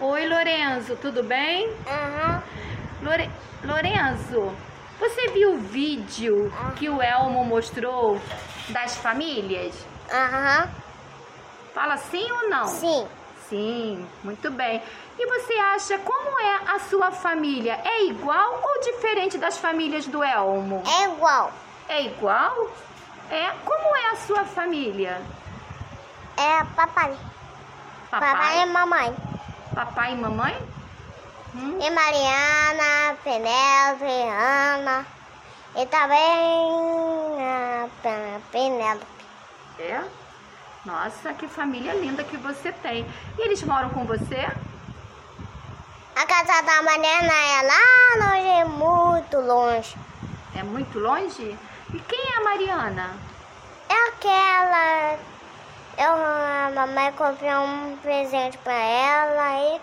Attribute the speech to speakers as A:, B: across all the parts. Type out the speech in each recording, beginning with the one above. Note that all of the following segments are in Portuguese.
A: Oi, Lorenzo, tudo bem?
B: Aham.
A: Lore... Lorenzo, você viu o vídeo que o Elmo mostrou das famílias?
B: Aham.
A: Fala sim ou não?
B: Sim.
A: Sim, muito bem. E você acha como é a sua família? É igual ou diferente das famílias do Elmo?
B: É igual.
A: É igual? É? Como é a sua família?
B: É papai. Papai e mamãe.
A: Papai e mamãe? Hum,
B: E Mariana, Penélope, Ana. E também a Pe- Penélope.
A: é? Nossa, que família linda que você tem. E eles moram com você?
B: A casa da Mariana é lá longe, é muito longe.
A: É muito longe? E quem é a Mariana?
B: É aquela. Eu, a mamãe comprou um presente pra ela e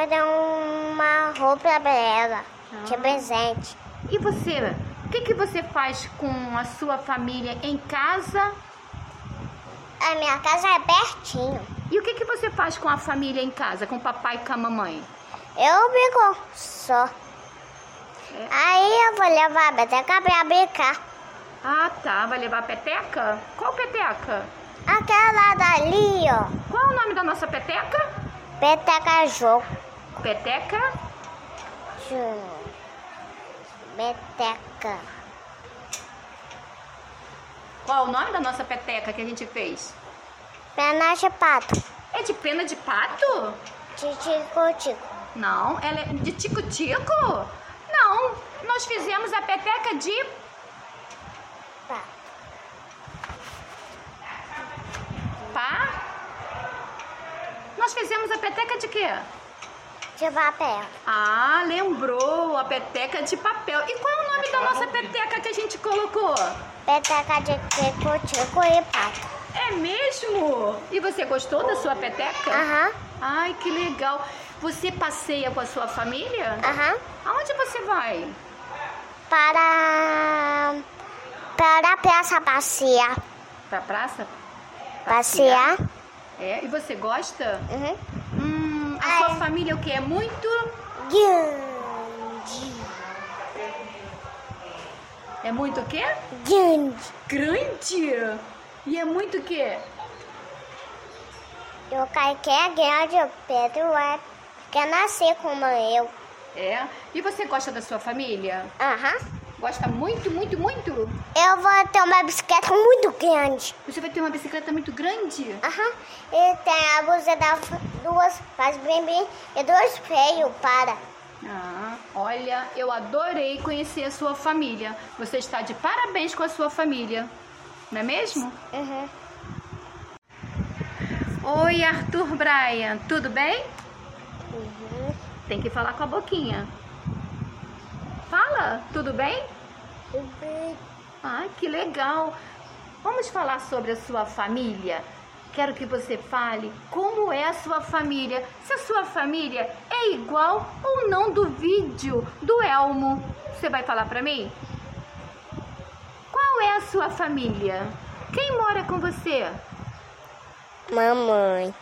B: eu dei uma roupa pra ela. De
A: Ah.
B: presente.
A: E você? O que, que você faz com a sua família em casa?
B: A minha casa é pertinho.
A: E o que, que você faz com a família em casa, com o papai e com a mamãe?
B: Eu brinco só. Aí eu vou levar a Beteca pra brincar.
A: Ah, tá. Vai levar a peteca? Qual peteca?
B: Aquela dali, ó.
A: Qual o nome da nossa peteca?
B: Beteca jogo.
A: Peteca?
B: Beteca.
A: Qual o nome da nossa peteca que a gente fez?
B: Pena de pato.
A: É de pena de pato?
B: Titico, tico.
A: Não, ela é de tico-tico? Não, nós fizemos a peteca de
B: Pato.
A: pá. Nós fizemos a peteca de quê?
B: De papel.
A: Ah, lembrou, a peteca de papel. E qual é o nome da nossa peteca que a gente colocou?
B: Peteca de tico, tico e pato.
A: É mesmo? E você gostou da sua peteca?
B: Aham,
A: Ai, que legal. Você passeia com a sua família?
B: aham.
A: Aonde você vai?
B: Para. Para a praça passear.
A: Pra praça?
B: Passear.
A: É, e você gosta?
B: Uhum.
A: Hum, a
B: Ah,
A: sua
B: é.
A: família o que? É muito?
B: Grande.
A: É muito o quê?
B: Grande.
A: Grande? E é muito o quê?
B: Eu caí que é grande, o Pedro é. Quer nascer como eu.
A: É. E você gosta da sua família?
B: Aham.
A: Gosta muito, muito, muito?
B: Eu vou ter uma bicicleta muito grande.
A: Você vai ter uma bicicleta muito grande?
B: Aham. E tem a blusa da duas, faz bem bem e dois feios para.
A: Ah, olha, eu adorei conhecer a sua família. Você está de parabéns com a sua família, não é mesmo?
B: Uhum.
A: Oi, Arthur Bryan, tudo bem?
B: Uhum.
A: Tem que falar com a boquinha. Fala, tudo bem?
B: Uhum.
A: Ai, que legal! Vamos falar sobre a sua família. Quero que você fale como é a sua família. Se a sua família é igual ou não do vídeo do Elmo. Você vai falar pra mim? Qual é a sua família? Quem mora com você?
B: Mamãe.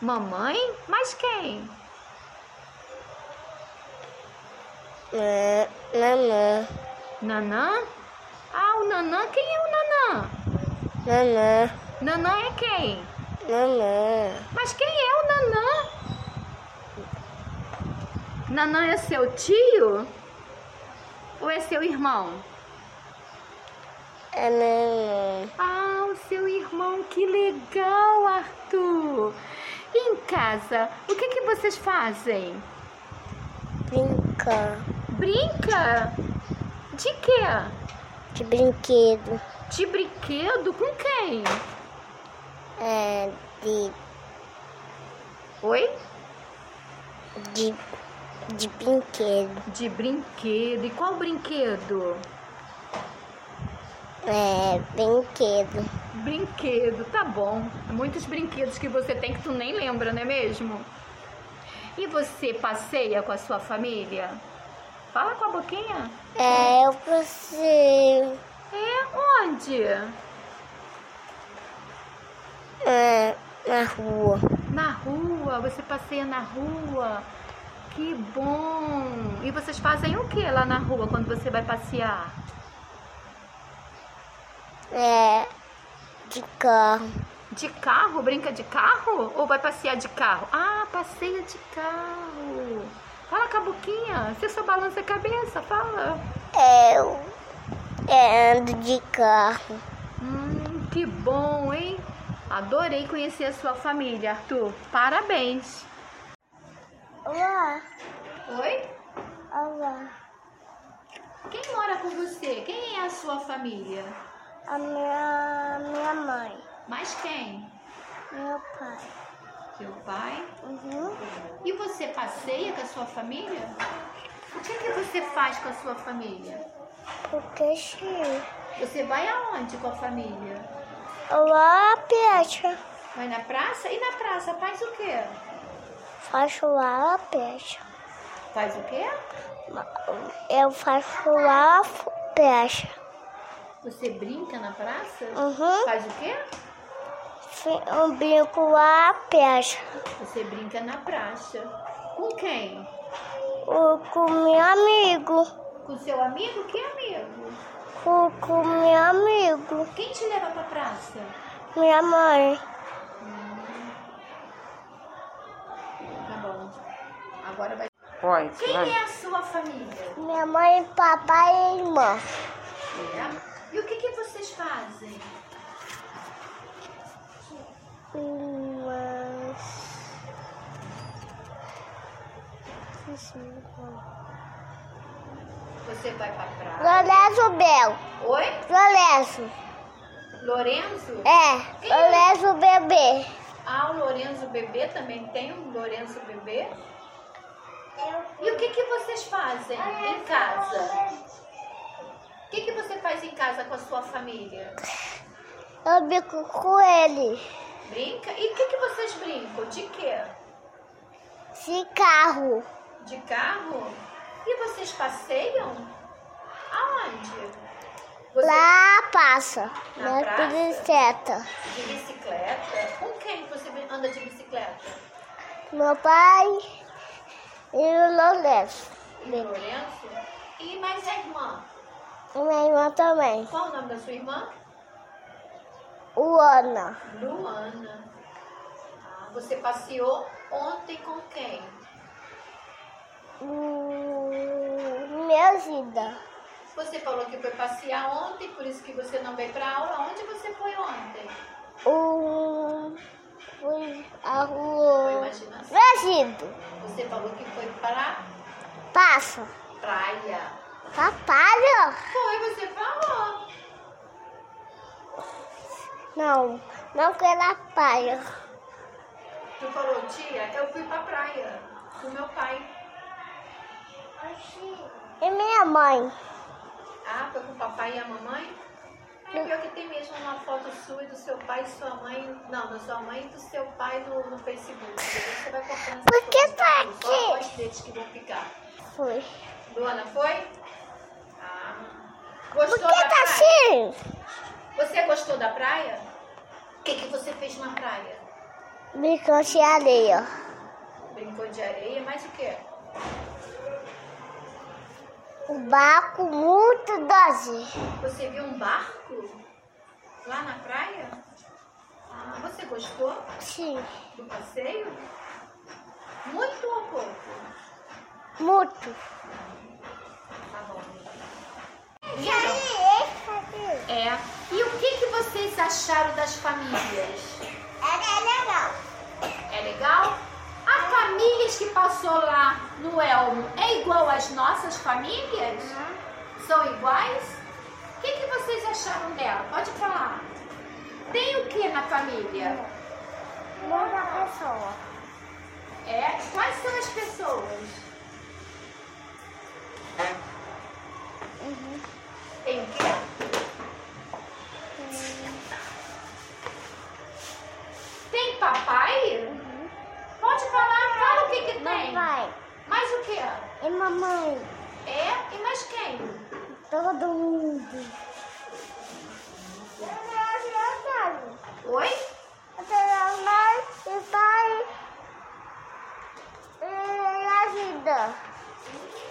A: Mamãe? Mas quem?
B: Mã- Mamã.
A: Nanã? Ah, o Nanã? Quem é o Nanã?
B: Mamã.
A: Nanã é quem?
B: Mamã.
A: Mas quem é o Nanã? Nanã é seu tio? Ou é seu irmão?
B: É mamãe.
A: Ah, o seu irmão, que legal, Arthur! E em casa, o que, que vocês fazem?
B: Brinca.
A: Brinca? De quê?
B: De brinquedo.
A: De brinquedo? Com quem?
B: É. De.
A: Oi?
B: De. De brinquedo.
A: De brinquedo. E qual brinquedo?
B: É. Brinquedo.
A: Brinquedo, tá bom. Muitos brinquedos que você tem que tu nem lembra, não é mesmo? E você passeia com a sua família? Fala com a boquinha.
B: É, eu passei.
A: É onde?
B: É, na rua.
A: Na rua, você passeia na rua. Que bom! E vocês fazem o que lá na rua quando você vai passear?
B: É. De carro.
A: De carro? Brinca de carro? Ou vai passear de carro? Ah, passeia de carro. Fala, Cabuquinha. Você só balança a cabeça, fala.
B: Eu. É, ando de carro.
A: Hum, que bom, hein? Adorei conhecer a sua família, Arthur. Parabéns.
B: Olá.
A: Oi?
B: Olá.
A: Quem mora com você? Quem é a sua família?
B: A minha, minha mãe.
A: Mais quem?
B: Meu pai.
A: Seu pai?
B: Uhum.
A: E você passeia com a sua família? O que, que você faz com a sua família?
B: Porque sim.
A: Você vai aonde com a família?
B: Olá, Peixe.
A: Vai na praça? E na praça faz o quê?
B: Faço lá, Peixe.
A: Faz o quê?
B: Eu faço lá, Peixe.
A: Você brinca na praça?
B: Uhum.
A: Faz o quê?
B: Fi- Um brinco lá, Peixe.
A: Você brinca na praça. Com quem?
B: O- Com meu amigo.
A: Com seu amigo? Que amigo?
B: Com, com meu amigo.
A: Quem te leva pra praça?
B: Minha mãe.
A: Tá bom. Agora vai.
C: Pode,
A: Quem
C: vai.
A: é a sua família?
B: Minha mãe, papai e irmã.
A: É. E o que, que vocês fazem?
B: Mas...
A: Você vai pra praça.
B: Lorenzo Bel.
A: Oi?
B: Lorenzo.
A: Lorenzo?
B: É. Lorenzo Bebê.
A: Ah, o Lorenzo Bebê também tem um Lorenzo Bebê? E o que, que vocês fazem em casa? O que, que você faz em casa com a sua família?
B: Eu bico com ele.
A: Brinca? E o que, que vocês brincam? De quê?
B: De carro.
A: De carro? E vocês passeiam? Aonde? Você-
B: Lá passa.
A: Na
B: Na
A: praça?
B: bicicleta.
A: De bicicleta? Com quem você anda de bicicleta?
B: Meu pai e o Lorenzo.
A: E o Lourenço? E mais a irmã?
B: E minha irmã também.
A: Qual o nome da sua irmã?
B: O Ana.
A: Luana. Ah, você passeou ontem com quem?
B: Hum, Meu Zida.
A: Você falou que foi passear ontem, por isso que você não veio pra aula. Onde você foi ontem?
B: O. Fui a
A: Foi
B: rua.
A: imaginação.
B: Brasil.
A: Você falou que foi pra
B: Passa.
A: praia.
B: Papai?
A: Foi, você falou.
B: Não. Não quero a praia.
A: Tu falou, tia, eu fui pra praia com meu pai.
B: E minha mãe.
A: Ah, foi com o papai e a mamãe? É pior que tem mesmo uma foto sua e do seu pai e sua mãe. Não, da sua mãe e do seu pai no, no Facebook. Depois você vai cortando
B: Por
A: essas
B: que
A: coisas,
B: tá
A: tudo. Só
B: aqui?
A: os deles que vão ficar.
B: Fui.
A: Luana, foi? Ah.
B: Por
A: Gostou
B: que
A: da
B: tá
A: praia?
B: assim?
A: Você gostou da praia? O que, que você fez na praia?
B: Brincante de areia.
A: Brincou de areia, mais o quê?
B: O barco muito doce.
A: Você viu um barco lá na praia? Ah, você gostou
B: Sim.
A: do passeio? Muito ou pouco?
B: Muito.
A: Tá bom. Então,
B: E aí, esse
A: É. E o que, que vocês acharam das famílias?
B: é legal.
A: É legal? As famílias que passou lá no Elmo é igual às nossas famílias? São iguais? O que, que vocês acharam dela? Pode falar. Tem o que na família?
B: Muda a pessoa.
A: É. Quais são as pessoas? Tem o quê? Tem papai? Pode falar, fala o que, que tem.
B: Papai
A: Mais o quê?
B: e mamãe.
A: É? E mais quem?
B: Todo mundo.
A: Oi?
B: Eu tenho a mãe e pai nada.